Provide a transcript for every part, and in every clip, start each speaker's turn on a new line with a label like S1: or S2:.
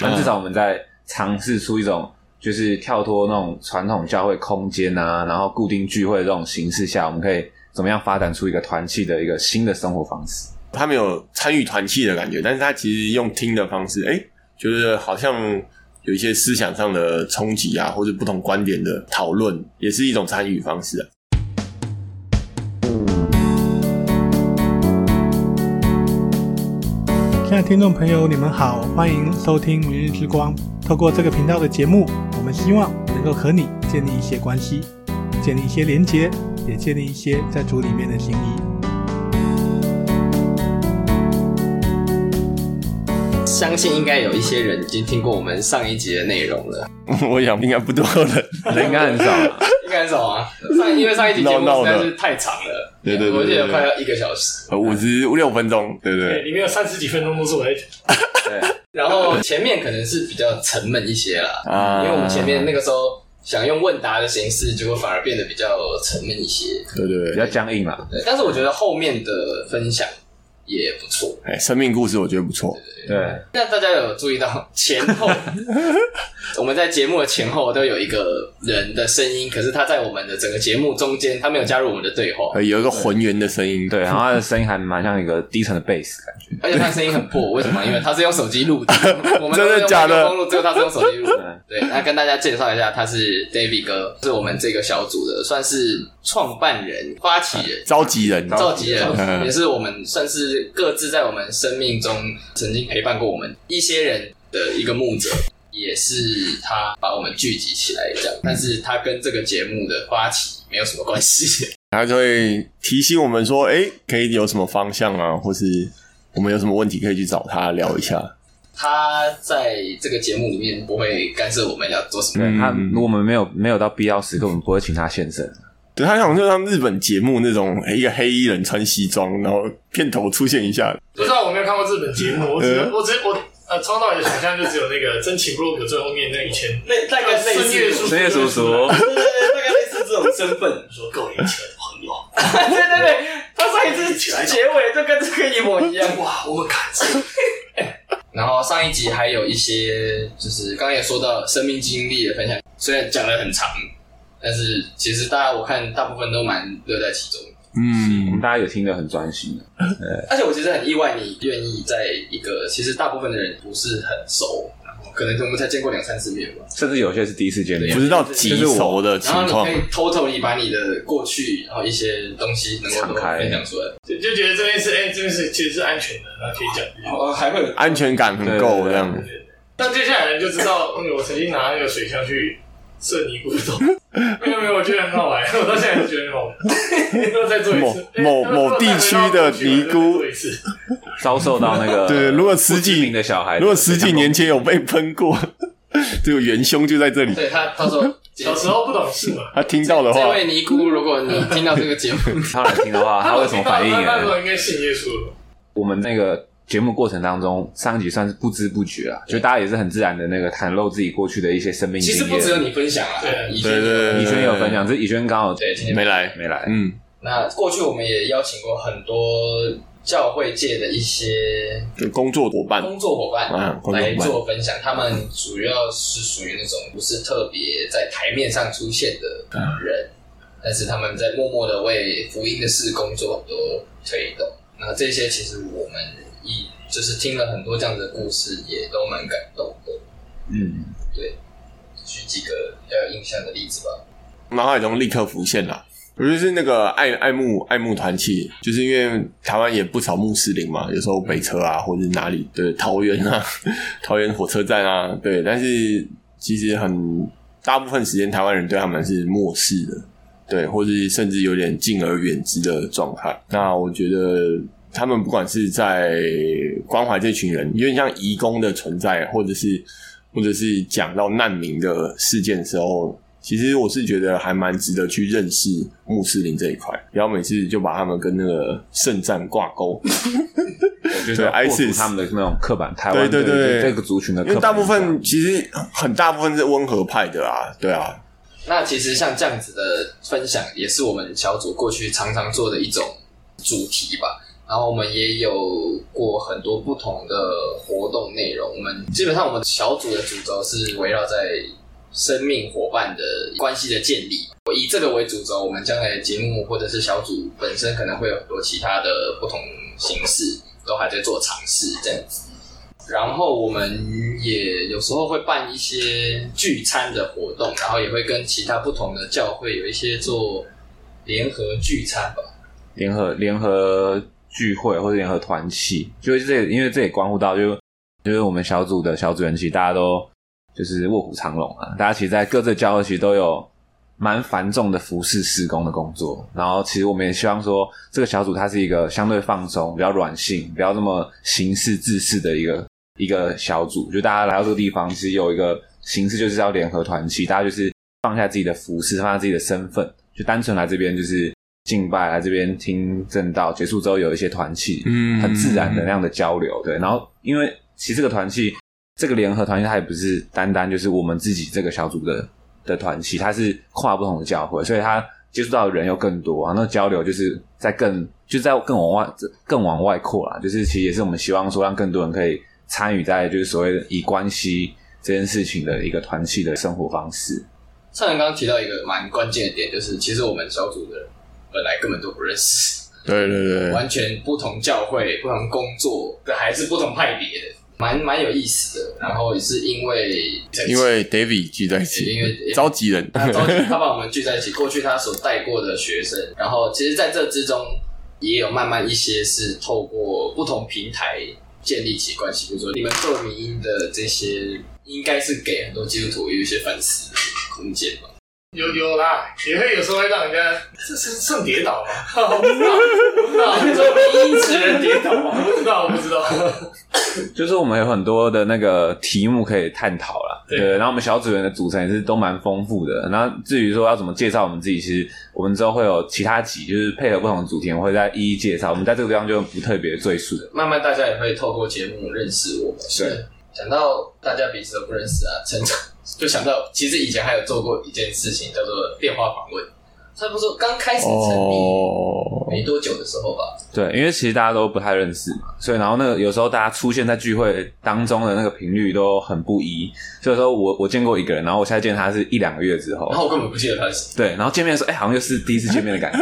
S1: 但至少我们在尝试出一种就是跳脱那种传统教会空间啊，然后固定聚会的这种形式下，我们可以怎么样发展出一个团契的一个新的生活方式？
S2: 他没有参与团契的感觉，但是他其实用听的方式，哎、觉得好像有一些思想上的冲击啊，或者不同观点的讨论，也是一种参与方式啊。
S3: 亲爱的听众朋友，你们好，欢迎收听《明日之光》。透过这个频道的节目，我们希望能够和你建立一些关系，建立一些连结，也建立一些在主里面的情谊。
S4: 相信应该有一些人已经听过我们上一集的内容 了，
S2: 我想应该不多人，
S1: 人应该很少啊，
S4: 应该是什么啊？上因为上一集节目实在是太长了，
S2: 闹闹的对对对
S4: 我记得快要一个小时。
S2: 五十六分钟，对不
S5: 对，
S2: 对？
S5: 里面有三十几分钟都是我在讲。
S1: 对，
S4: 然后前面可能是比较沉闷一些啦，
S2: 啊
S4: 因为我们前面那个时候想用问答的形式，结果反而变得比较沉闷一些。
S2: 对对
S1: 比
S2: 对，
S1: 较僵硬啦。
S4: 对，但是我觉得后面的分享也不错。
S2: 哎、生命故事我觉得不错，
S1: 对，
S4: 那大家有注意到前 后，我们在节目的前后都有一个人的声音，可是他在我们的整个节目中间，他没有加入我们的对话，
S2: 呃有一个浑圆的声音，
S1: 对，然后他的声音还蛮像一个低沉的贝斯感觉。
S4: 而且他的声音很破，为什么？因为他是用手机 录的，我们都是
S2: 真的假的
S4: 用麦克风录，只有他是用手机录的。对，那跟大家介绍一下，他是 David 哥，是我们这个小组的，算是创办人、发起人。
S2: 召集人，
S4: 召集
S2: 嗯
S4: 人也是我们算是各自在我们生命中曾经陪伴过我们一些人的一个牧者，也是他把我们聚集起来这样，但是他跟这个节目的发起没有什么关系。
S2: 他就会提醒我们说，哎、可以有什么方向啊，或是我们有什么问题可以去找他聊一下。
S4: 他在这个节目里面不会干涉我们要做什么，
S1: 对
S2: 嗯
S1: 他，如果我们没有没有到必要时刻，我们不会请他现身。
S2: 对他想就像日本节目那种，哎一个黑衣人穿西装，然后片头出现一下，
S5: 不知道我没有看过日本节目，我只
S2: 呃
S5: 我只我呃，从头到尾的想象就只有那个真情部落格最后面那以前
S4: 那大概类
S5: 孙悦
S4: 似
S5: 叔，
S1: 深夜叔叔，
S4: 哦对对对，大概类似这种身份。
S5: 说够了，一起来朋友，
S4: 对对对，他上一次结尾就跟这个一模一样。
S5: 哇，我们感谢。
S4: 然后上一集还有一些，就是刚刚也说到生命经历的分享，虽然讲的很长，但是其实大家我看大部分都蛮乐在其中的。
S1: 我们
S2: 嗯，
S1: 大家有听得很专心的，
S4: 而且我其实很意外，你愿意在一个其实大部分的人不是很熟，然后可能我们才见过两三次面吧，
S1: 甚至有些是第一次见面
S2: 不。知道几熟的情
S4: 然后
S2: 况
S4: 你可，以偷偷地把你的过去，然后一些东西能够
S1: 敞
S4: 都
S1: 开
S4: 分享出来，
S5: 就就觉得这边是哎、这边是其实是安全的，然后可以讲。
S4: 然后哦还会有
S2: 安全感很
S1: 对
S2: 够
S1: 对对
S2: 这样。
S5: 但接下来人就知道，嗯，我曾经拿那个水枪去射尼姑洞。没有没有，我觉得很好玩，我到现在还是觉得很好玩。要再做一次哎
S2: 某某某地区的尼姑
S5: 要不要再回到过去我再做一次
S1: 遭受到那个
S2: 对如果十几
S1: 不知名的小孩，
S2: 如果十几年前有被喷过， 这个元凶就在这里。
S4: 对他到时 候
S5: 小时候不懂事嘛，
S2: 他听到的
S4: 这
S2: 话，
S4: 位尼姑，如果你听到这个节目，
S1: 他来听的 话，
S2: 啊
S1: 他会什么反应啊
S5: 那那时
S1: 呢？
S5: 候应该信耶稣了。
S1: 我们那个节目过程当中，上一集算是不知不觉啊，就大家也是很自然的那个袒露自己过去的一些生命
S4: 其实
S1: 经
S4: 不只有
S1: 验。
S4: 你分享啊，
S5: 对
S4: 以前
S2: 对对对，对
S1: 以轩也有分，享，这以轩刚好
S4: 对今天
S2: 没来，
S1: 没来，
S2: 嗯，
S4: 那过去我们也邀请过很多教会界的一些
S2: 就工作伙伴，
S4: 工作伙伴
S2: 嗯工作伙伴
S4: 来做分享，他们主要是属于那种不是特别在台面上出现的
S2: 啊
S4: 人，但是他们在默默的为福音的事工作很多推动。那这些其实我们一就是听了很多这样的故事，也都蛮感动的。
S1: 嗯，
S4: 举几个比较有印象的例子吧。脑
S2: 海中立刻浮现了。我就是那个爱爱慕爱慕团契，就是因为台湾也不少穆斯林嘛，有时候北车啊，或者是哪里，对，桃园啊， 桃园火车站啊，对，但是其实很大部分时间台湾人对他们是漠视的，对，或是甚至有点敬而远之的状态。那我觉得他们不管是在关怀这群人，有点像移工的存在，或者是或者是讲到难民的事件的时候，其实我是觉得还蛮值得去认识穆斯林这一块，不要每次就把他们跟那个圣战挂钩。
S1: 嗯就是要破
S2: ISIS
S1: 除他们的那种刻板，台
S2: 对
S1: 湾
S2: 对对
S1: 于这个族群的
S2: 因
S1: 刻板
S2: 为
S1: 印象，
S2: 大部分其实很大部分是温和派的啊，对啊，
S4: 那其实像这样子的分享，也是我们小组过去常常做的一种主题吧。然后我们也有过很多不同的活动内容。我们基本上我们小组的主轴是围绕在生命伙伴的关系的建立，以这个为主轴，我们将来的节目或者是小组本身可能会有很多其他的不同形式，都还在做尝试这样子。然后我们也有时候会办一些聚餐的活动，然后也会跟其他不同的教会有一些做联合聚餐吧。
S1: 联合联合聚会或者联合团契，就是这也因为这也关乎到就就是我们小组的小组员，其实大家都就是卧虎藏龙啊，大家其实，在各自的教会其实都有蛮繁重的服侍施工的工作。然后，其实我们也希望说，这个小组它是一个相对放松、比较软性、不要这么形式自式的一个一个小组。就大家来到这个地方，其实有一个形式就是要联合团契，大家就是放下自己的服饰，放下自己的身份，就单纯来这边就是敬拜，来这边听正道。结束之后有一些团契，
S2: 嗯
S1: 很自然的那样的交流。对，然后因为其实这个团契，这个联合团契，它也不是单单就是我们自己这个小组的的团契，它是跨不同的教会，所以它接触到的人又更多啊。那交流就是在更就在更往外更往外扩啦，就是其实也是我们希望说让更多人可以参与在就是所谓的以关系这件事情的一个团契的生活方式。
S4: 上人刚刚提到一个蛮关键的点，就是其实我们小组的人本来根本都不认识，
S2: 对对对，
S4: 完全不同教会、不同工作的，还是不同派别的，蛮蛮有意思的。然后也是因为
S2: 因为 David 聚在一起，
S4: 因为
S2: 召集 人，
S4: 他召集他把我们聚在一起，过去他所带过的学生，然后其实在这之中也有慢慢一些是透过不同平台建立起关系，比如说你们做民音的这些，应该是给很多基督徒有一些反思的空间吧。
S5: 有有啦，也会有时候会让人家这是算跌倒吗？ 我不知道，我不知道，
S4: 你说民音使人跌倒吗？
S5: 我不知道，我不知道。
S1: 就是我们有很多的那个题目可以探讨啦，
S5: 对
S1: 对。然后我们小组员的组成也是都蛮丰富的。那至于说要怎么介绍我们自己，其实我们之后会有其他集，就是配合不同的主题，我们会再一一介绍。我们在这个地方就不特别赘述了。
S4: 慢慢大家也会透过节目认识我们。
S1: 对，
S4: 讲到大家彼此都不认识啊，成长就想到其实以前还有做过一件事情叫做电话访问，差不多刚开始成立
S2: 哦，
S4: 没多久的时候吧。
S1: 对，因为其实大家都不太认识嘛，所以然后那个有时候大家出现在聚会当中的那个频率都很不一。所以说我我见过一个人，然后我现在见他是一两个月之后
S4: 然，后我根本不记得他是谁，
S1: 对，然后见面的时候，哎、好像又是第一次见面的感觉。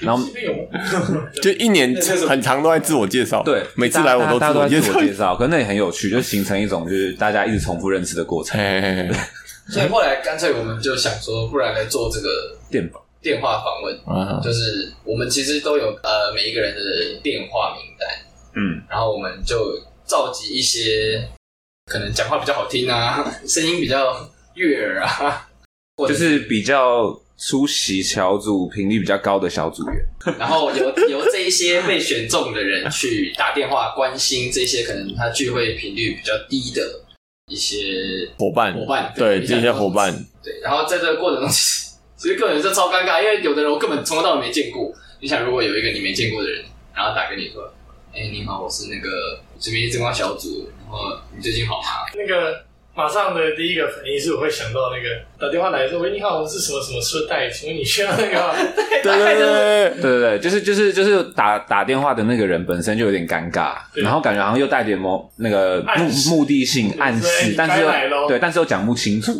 S1: 然后
S5: 这边有吗？
S2: 就一年很长都在自我介绍，
S1: 对，
S2: 每次来我都
S1: 大家
S2: 自
S1: 大家
S2: 我介
S1: 都在自
S2: 绍
S1: 我，介绍，可是那也很有趣，就形成一种就是大家一直重复认识的过程。
S2: 嘿嘿嘿嘿
S4: 所以后来干脆我们就想说，不然来做这个
S1: 电访，
S4: 电话访问，
S2: 啊，
S4: 就是我们其实都有呃每一个人的电话名单，
S1: 嗯，
S4: 然后我们就召集一些可能讲话比较好听啊， 声音比较悦耳啊，或者
S1: 就是比较出席小组频率比较高的小组员。
S4: 然后由由这一些被选中的人去打电话关心这些可能他聚会频率比较低的一些
S2: 伙伴
S4: 伙伴，
S2: 对
S4: 比较
S2: 这些伙伴，
S4: 对，然后在这个过程中，其实个 人是超尴尬，因为有的人我根本从头到尾没见过。你想，如果有一个你没见过的人，然后打给你说：“哎、你好，我是那个这边之光小组，然后你最近好吗
S5: 那个 马上的第一个反应是，我会想到那个打电话来说：“喂，你好，我是什么什么车贷，请问你需要那个吗
S2: 对对对对对
S1: 对对对，就是就是就是打打电话的那个人本身就有点尴尬，
S5: 对
S1: 然后感觉好像又带点某那个
S5: 暗示
S1: 目目的性
S5: 对
S1: 暗
S5: 所以
S1: 示
S5: 你，
S1: 但是
S5: 该来咯
S1: 又对，但是又讲不 清楚。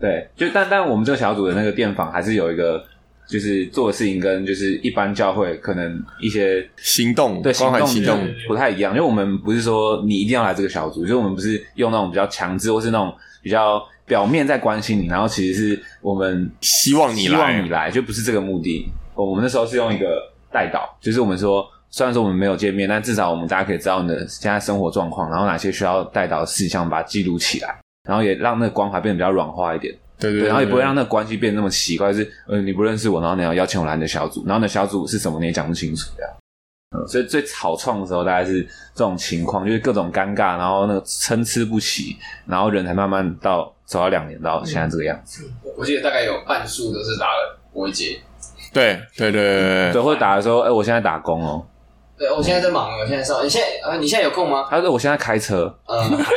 S1: 对，就但但我们这个小组的那个电访还是有一个。就是做的事情跟就是一般教会可能一些
S2: 行动，
S1: 对
S2: 关怀行
S5: 动
S2: 动
S5: 对，对
S1: 不太一样，因为我们不是说你一定要来这个小组，就是我们不是用那种比较强制或是那种比较表面在关心你，然后其实是我们
S2: 希望你
S1: 希望
S2: 来
S1: 你，来，就不是这个目的。哦我们那时候是用一个带导，就是我们说，虽然说我们没有见面，但至少我们大家可以知道你的现在生活状况，然后哪些需要带导的事项，把它记录起来，然后也让那个关怀变得比较软化一点。
S2: 对
S1: 对，
S2: 对对，
S1: 然后也不会让那个关系变得那么奇怪，就是呃你不认识我，然后你要邀请我来你的小组，然后你的小组是什么你也讲不清楚这样。嗯，所以最草创的时候大概是这种情况，就是各种尴尬，然后那个参差不齐，然后人才慢慢到走到两年到现在这个样子，？”
S4: 我记得大概有半数都是打了我会接。
S2: 对对对对
S1: 对，
S2: 对，
S1: 或者打的时候，哎、我现在打工哦，
S4: 对，我现在在忙，我现在上，你现在啊，你现在有空 吗？
S1: 他说我现在开车，
S4: 嗯，还好，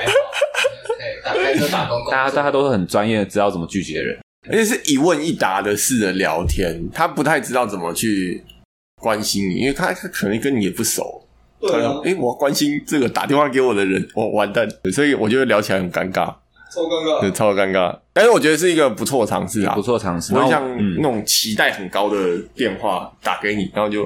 S4: 对，打开车打工工作，
S1: 大家大家都是很专业，知道怎么拒绝人，
S2: 而且是一问一答的式的聊天，他不太知道怎么去关心你，因为他他可能跟你也不熟，
S5: 对
S2: 突然
S5: 啊
S2: 想，哎、我关心这个打电话给我的人，我完蛋，所以我觉得聊起来很尴尬，
S5: 超尴
S2: 对，
S5: 尬。
S2: 超尴尬。但是我觉得是一个不错的尝试啊，
S1: 不错尝试。
S2: 不
S1: 然
S2: 会
S1: 后
S2: 像
S1: 嗯
S2: 那种期待很高的电话打给你，然后就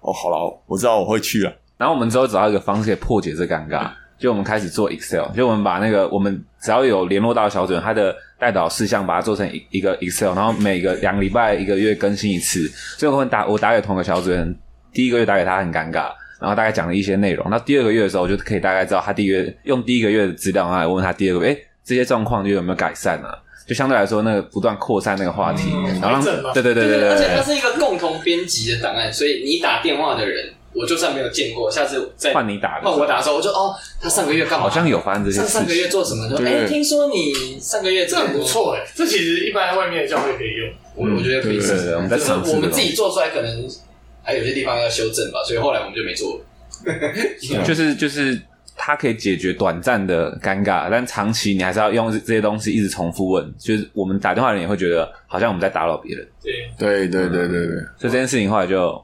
S2: 哦，好了，我知道我会去啊了。
S1: 然后我们之后找到一个方式可以破解这尴
S4: 嗯
S1: 尬，就我们开始做 Excel，就我们把那个我们只要有联络到小组员，他的代导事项，把它做成一一个 Excel，然后每个两个礼拜、一个月更新一次。所以我们打我打给同个小组员，第一个月打给他很尴尬，然后大概讲了一些内容。那第二个月的时候，我就可以大概知道他第一个月用第一个月的资料，然后来问他第二个月，哎，这些状况就有没有改善啊？就相对来说，那个不断扩散那个话题，
S5: 嗯
S1: 然后让
S5: 还正嘛
S1: 对对对对
S4: 而
S1: 对
S4: 且它
S1: 对，
S4: 是一个共同编辑的档案，所以你打电话的人，我就算没有见过，下次再
S1: 换你打的时
S4: 换
S1: 候，
S4: 我打的时候，我就哦，他上个月干嘛？
S1: 好像有发生这些
S4: 上
S1: 事
S4: 上个
S1: 情
S4: 月。做什么？说
S2: 对
S4: 哎，听说你上个月
S5: 这很不，错哎，这其实一般外面的教会可以用。
S4: 我我觉得可以
S1: 对
S4: 试
S1: 对
S4: 试。
S1: 对，我们在
S4: 但是
S1: 尝试
S4: 我们
S1: 这
S4: 自
S1: 种
S4: 己做出来可能还有些地方要修正吧，所以后来我们就没做。
S1: 就是就是它可以解决短暂的尴尬，但长期你还是要用这些东西一直重复问，就是我们打电话的人也会觉得好像我们在打扰别人，
S5: 对，
S2: 对对对对对，
S1: 所以这件事情后来就
S2: 嗯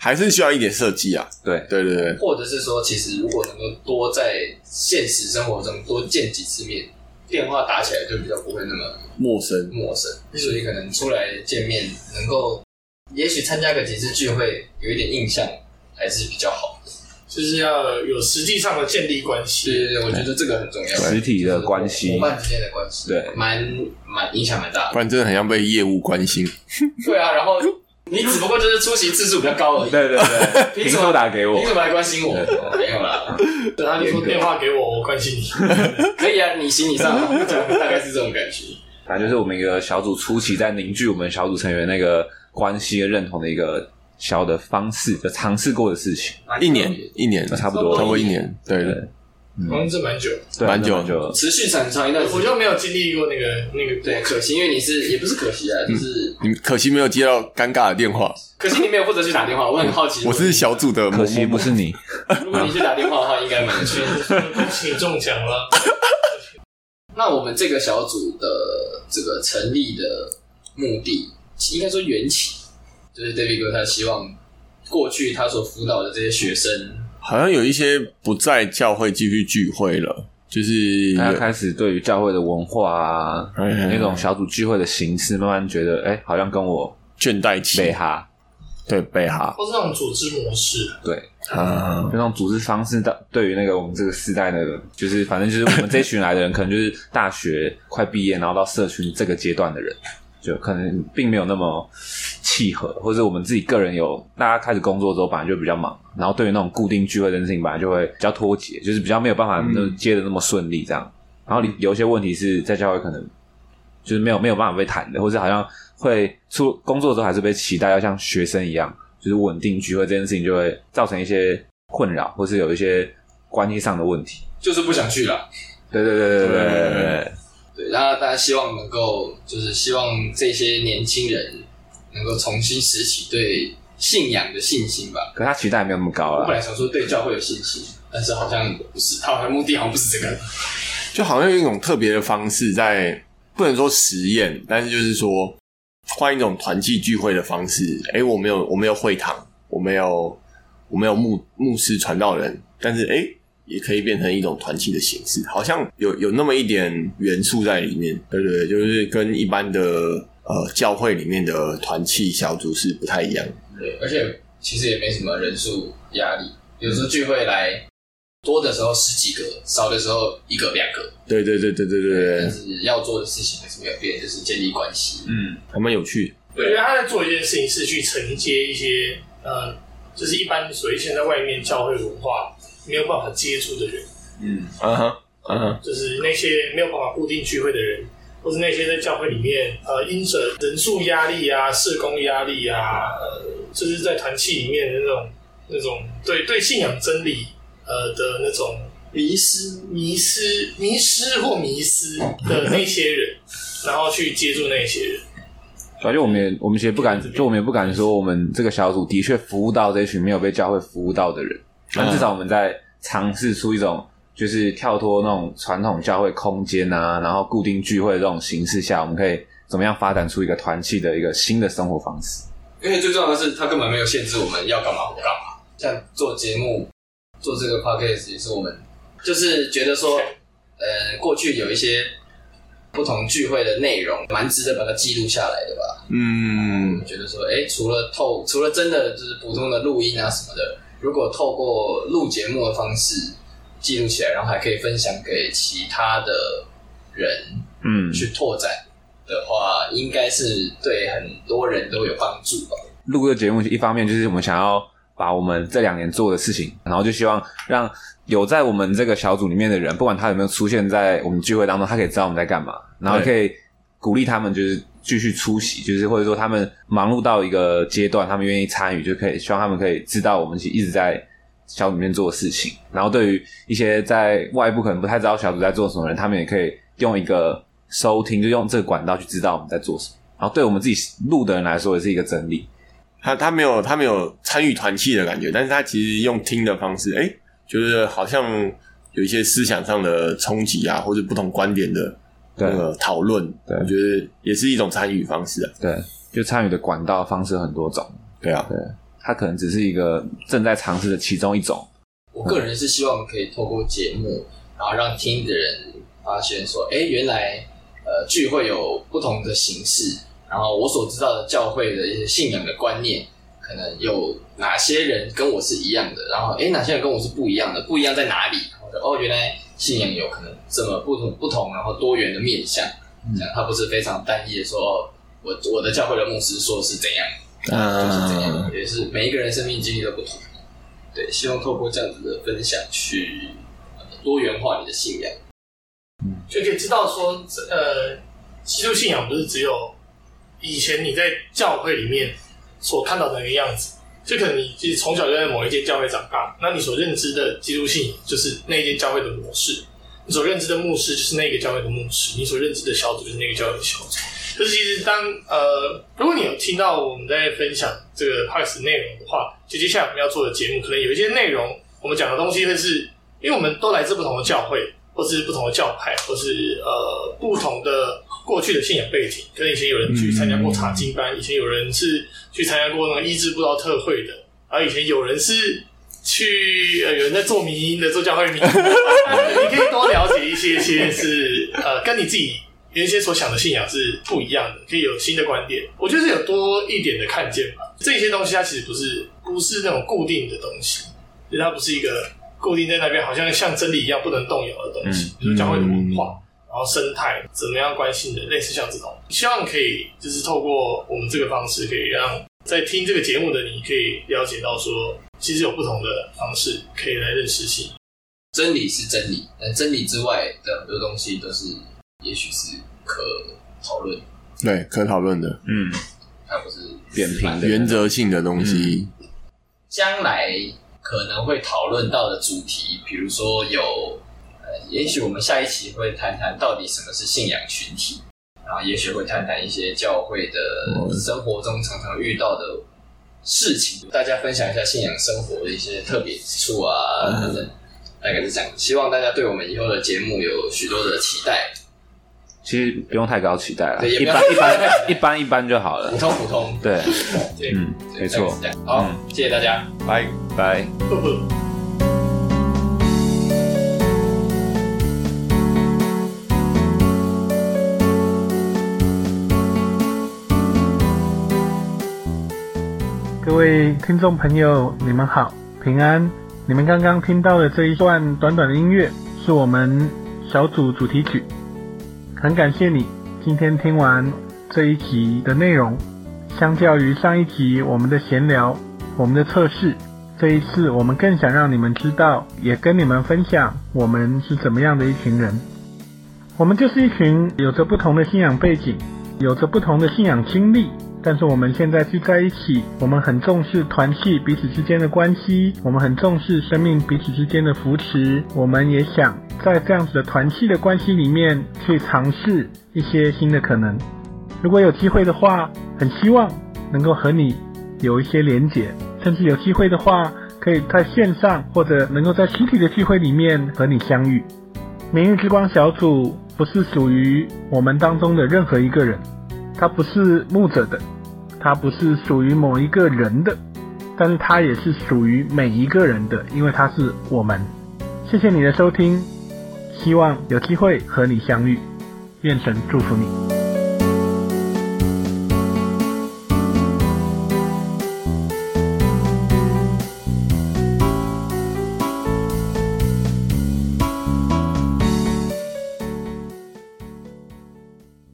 S2: 还是需要一点设计啊。
S1: 对
S2: 对对对，
S4: 或者是说，其实如果能够多在现实生活中多见几次面，电话打起来就比较不会那么
S2: 陌生，
S4: 陌生，所以可能出来见面能够，也许参加个几次聚会，有一点印象还是比较好的。
S5: 就是要有实际上的建立关系。
S4: 对对对，我觉得这个很重要，
S1: 实体的关
S4: 伙
S1: 系，
S4: 伴之间的关系，
S1: 对
S4: 蛮蛮影响蛮大的。
S2: 不然真的很像被业务关心。
S4: 对啊，然后你只不过就是出席次数比较高而已，
S1: 对对对，
S4: 凭
S1: 凭
S4: 什么
S1: 什么打给我
S4: 凭？什么来关心我？哦没有啦，
S5: 等他就说电话给我，我关心你。
S4: 可以啊，你行你上啊，这样大概是这种感觉。
S1: 反正就是我们一个小组初期在凝聚我们小组成员那个关系认同的一个小的方式，就尝试过的事情，
S2: 一年，一年，
S1: 差不多
S2: 超过一年。对对，
S5: 好像这蛮久，
S1: 对
S2: 蛮久
S1: 蛮久了。
S4: 持续很长一段时
S5: 我
S4: 间。
S5: 就没有经历过那个那个
S4: 对，
S5: 过
S4: 可
S5: 客。
S4: 惜，因为你是也不是可惜
S2: 嗯
S4: 啊，就是
S2: 你可惜没有接到尴尬的电话，
S4: 可惜你没有负责去打电话，我很好奇。
S2: 我是小组的某某某，
S1: 可惜不是你，
S2: 嗯
S4: 如果你去打电话的话，应该蛮有趣的。
S5: 恭喜你中奖了，
S4: 那我们这个小组的这个成立的目的，应该说缘起，就是 David 哥他希望过去他所辅导的这些学生，
S2: 好像有一些不在教会继续聚会了，就是
S1: 大家
S2: 有
S1: 开始对于教会的文化啊，
S2: 嗯
S1: 那种小组聚会的形式，慢慢觉得，哎、好像跟我
S2: 倦怠
S1: 北
S2: 期，
S1: 哈，
S2: 对北哈
S5: 都是那种组织模式。
S1: 对，
S2: 啊，
S1: 就那种组织方式，到对于那个我们这个世代的人，就是反正就是我们这群来的人，可能就是大学快毕业，然后到社群这个阶段的人，就可能并没有那么契合，或者我们自己个人有，大家开始工作之后本来就比较忙，然后对于那种固定聚会的事情，本来就会比较脱节，就是比较没有办法
S2: 嗯
S1: 那么接的那么顺利这样。然后你有一些问题是在教会可能就是没有没有办法被谈的，或者好像会出工作之后还是被期待要像学生一样，就是稳定聚会这件事情就会造成一些困扰，或是有一些关系上的问题。
S4: 就是不想去了。
S1: 对对对对对对对对，
S4: 对，那大家希望能够，就是希望这些年轻人能够重新拾起对信仰的信心吧。
S1: 可他期待没有那么高啊
S4: 我本
S1: 了。
S4: 来想说对教会有信心，但是好像不是，他们的目的好像不是这个。
S2: 就好像用一种特别的方式在，不能说实验，但是就是说换一种团契聚会的方式。哎、我没有，我没有会堂，我没有，我没有牧牧师传道人，但是哎、诶也可以变成一种团契的形式，好像有有那么一点元素在里面。对对对，就是跟一般的呃教会里面的团契小组是不太一样的。
S4: 对，而且其实也没什么人数压力，有时候聚会来多的时候十几个，少的时候一个两个，
S2: 对对对对对对对，
S4: 但是要做的事情还是没有变，就是建立关系。
S1: 嗯，
S2: 还蛮有趣的。
S5: 我觉得他在做一件事情是去承接一些呃，就是一般所谓现在外面教会文化没有办法接触的人，
S2: 嗯哼，嗯哼，
S5: 就是那些没有办法固定聚会的人，或是那些在教会里面呃因着人数压力啊、社工压力啊，呃，就是在团契里面的那种那种对对信仰真理呃的那种迷失、迷失、迷失或迷失的那些人，然后去接触那些人。
S1: 所以啊就我们也我们其实不敢，就我们也不敢说我们这个小组的确服务到这群没有被教会服务到的人，但至少我们在尝试出一种就是跳脱那种传统教会空间啊，然后固定聚会这种形式下，我们可以怎么样发展出一个团契的一个新的生活方式？
S4: 因为最重要的是，他根本没有限制我们要干嘛不干嘛。像做节目，做这个 podcast 也是我们就是觉得说，呃，过去有一些不同聚会的内容，蛮值得把它记录下来的吧。
S2: 嗯，
S4: 觉得说，哎、除了透，除了真的就是普通的录音啊什么的，如果透过录节目的方式记录起来，然后还可以分享给其他的人
S1: 嗯，
S4: 去拓展的话，应该是对很多人都有帮助吧。
S1: 录这个节目，一方面就是我们想要把我们这两年做的事情，然后就希望让有在我们这个小组里面的人，不管他有没有出现在我们聚会当中，他可以知道我们在干嘛，然后可以鼓励他们就是继续出席，就是或者说他们忙碌到一个阶段，他们愿意参与，就可以希望他们可以知道我们其实一直在。小组里面做的事情，然后对于一些在外部可能不太知道小组在做什么的人，他们也可以用一个收听，就用这个管道去知道我们在做什么。然后对我们自己录的人来说，也是一个整理。
S2: 他他没有他没有参与团契的感觉，但是他其实用听的方式，哎、觉得好像有一些思想上的冲击啊，或者不同观点的
S1: 对
S2: 那个讨论，
S1: 对
S2: 我觉得也是一种参与方式啊。
S1: 对，就参与的管道方式很多种，
S2: 对啊，
S1: 它可能只是一个正在尝试的其中一种。
S4: 我个人是希望可以透过节目，然后让听的人发现说，哎、原来呃聚会有不同的形式，然后我所知道的教会的一些信仰的观念，可能有哪些人跟我是一样的，然后哎、诶哪些人跟我是不一样的，不一样在哪里？然后就哦，原来信仰有可能这么不同不同，然后多元的面向，这样它不是非常单一的说，哦、我我的教会的牧师说是怎样。就是这
S2: 啊
S4: 样，，也是每一个人生命经历都不同。对，希望透过这样子的分享去呃多元化你的信仰。
S5: 就可以知道说，呃，基督信仰不是只有以前你在教会里面所看到的那个样子，就可能你其实从小就在某一间教会长大，那你所认知的基督信仰就是那一间教会的模式，你所认知的牧师就是那个教会的牧师，你所认知的小组就是那个教会的小组。就是其实当呃，如果你有听到我们在分享这个 p a s 内容的话，就接下来我们要做的节目，可能有一些内容我们讲的东西会是，因为我们都来自不同的教会，或是不同的教派，或是呃不同的过去的信仰背景，可能以前有人去参加过查经班，以前有人是去参加过那个医治布道特会的，然后啊以前有人是。去呃，有人在做民音的，做教会民音的，你可以多了解一些些是呃，跟你自己原先所想的信仰是不一样的，可以有新的观点。我觉得是有多一点的看见吧。这些东西它其实不是不是那种固定的东西，就是它不是一个固定在那边，好像像真理一样不能动摇的东西，
S1: 嗯
S5: 比如教会的文化。然后生态怎么样关心的，类似像这种，希望可以就是透过我们这个方式，可以让在听这个节目的你，可以了解到说，其实有不同的方式可以来认识信仰。
S4: 真理是真理，但真理之外的很多东西都是，也许是可讨论，
S2: 对，可讨论的
S1: 嗯，
S4: 它不是
S1: 扁平的
S2: 原则性的东西，
S4: 将来可能会讨论到的主题，比如说有，呃，也许我们下一期会谈谈到底什么是信仰群体，然后也许会谈谈一些教会的呃生活中常常遇到的事情，大家分享一下信仰生活的一些特别之处啊
S2: 嗯
S4: 等等，大概是这样。希望大家对我们以后的节目有许多的期待，
S1: 其实不用太高期待了，
S4: 对也
S1: 一
S4: 不要
S1: 般一般一般一般就好了
S4: 普。通普通，
S1: 对，
S4: 对，
S1: 嗯，
S4: 对
S1: 没错。，嗯
S4: 大概是这样好，谢谢大家。
S2: 拜、
S1: 拜。
S5: 不不。
S3: 各位听众朋友，你们好，平安。你们刚刚听到的这一段短短的音乐，是我们小组主题曲。很感谢你今天听完这一集的内容。相较于上一集我们的闲聊、我们的测试，这一次我们更想让你们知道，也跟你们分享我们是怎么样的一群人。我们就是一群有着不同的信仰背景、有着不同的信仰经历，但是我们现在聚在一起，我们很重视团契彼此之间的关系，我们很重视生命彼此之间的扶持，我们也想在这样子的团契的关系里面去尝试一些新的可能。如果有机会的话，很希望能够和你有一些连结，甚至有机会的话，可以在线上或者能够在实体的聚会里面和你相遇。明日之光小组不是属于我们当中的任何一个人，它不是牧者的，它不是属于某一个人的，但是它也是属于每一个人的，因为它是我们。谢谢你的收听，希望有机会和你相遇，愿神祝福你。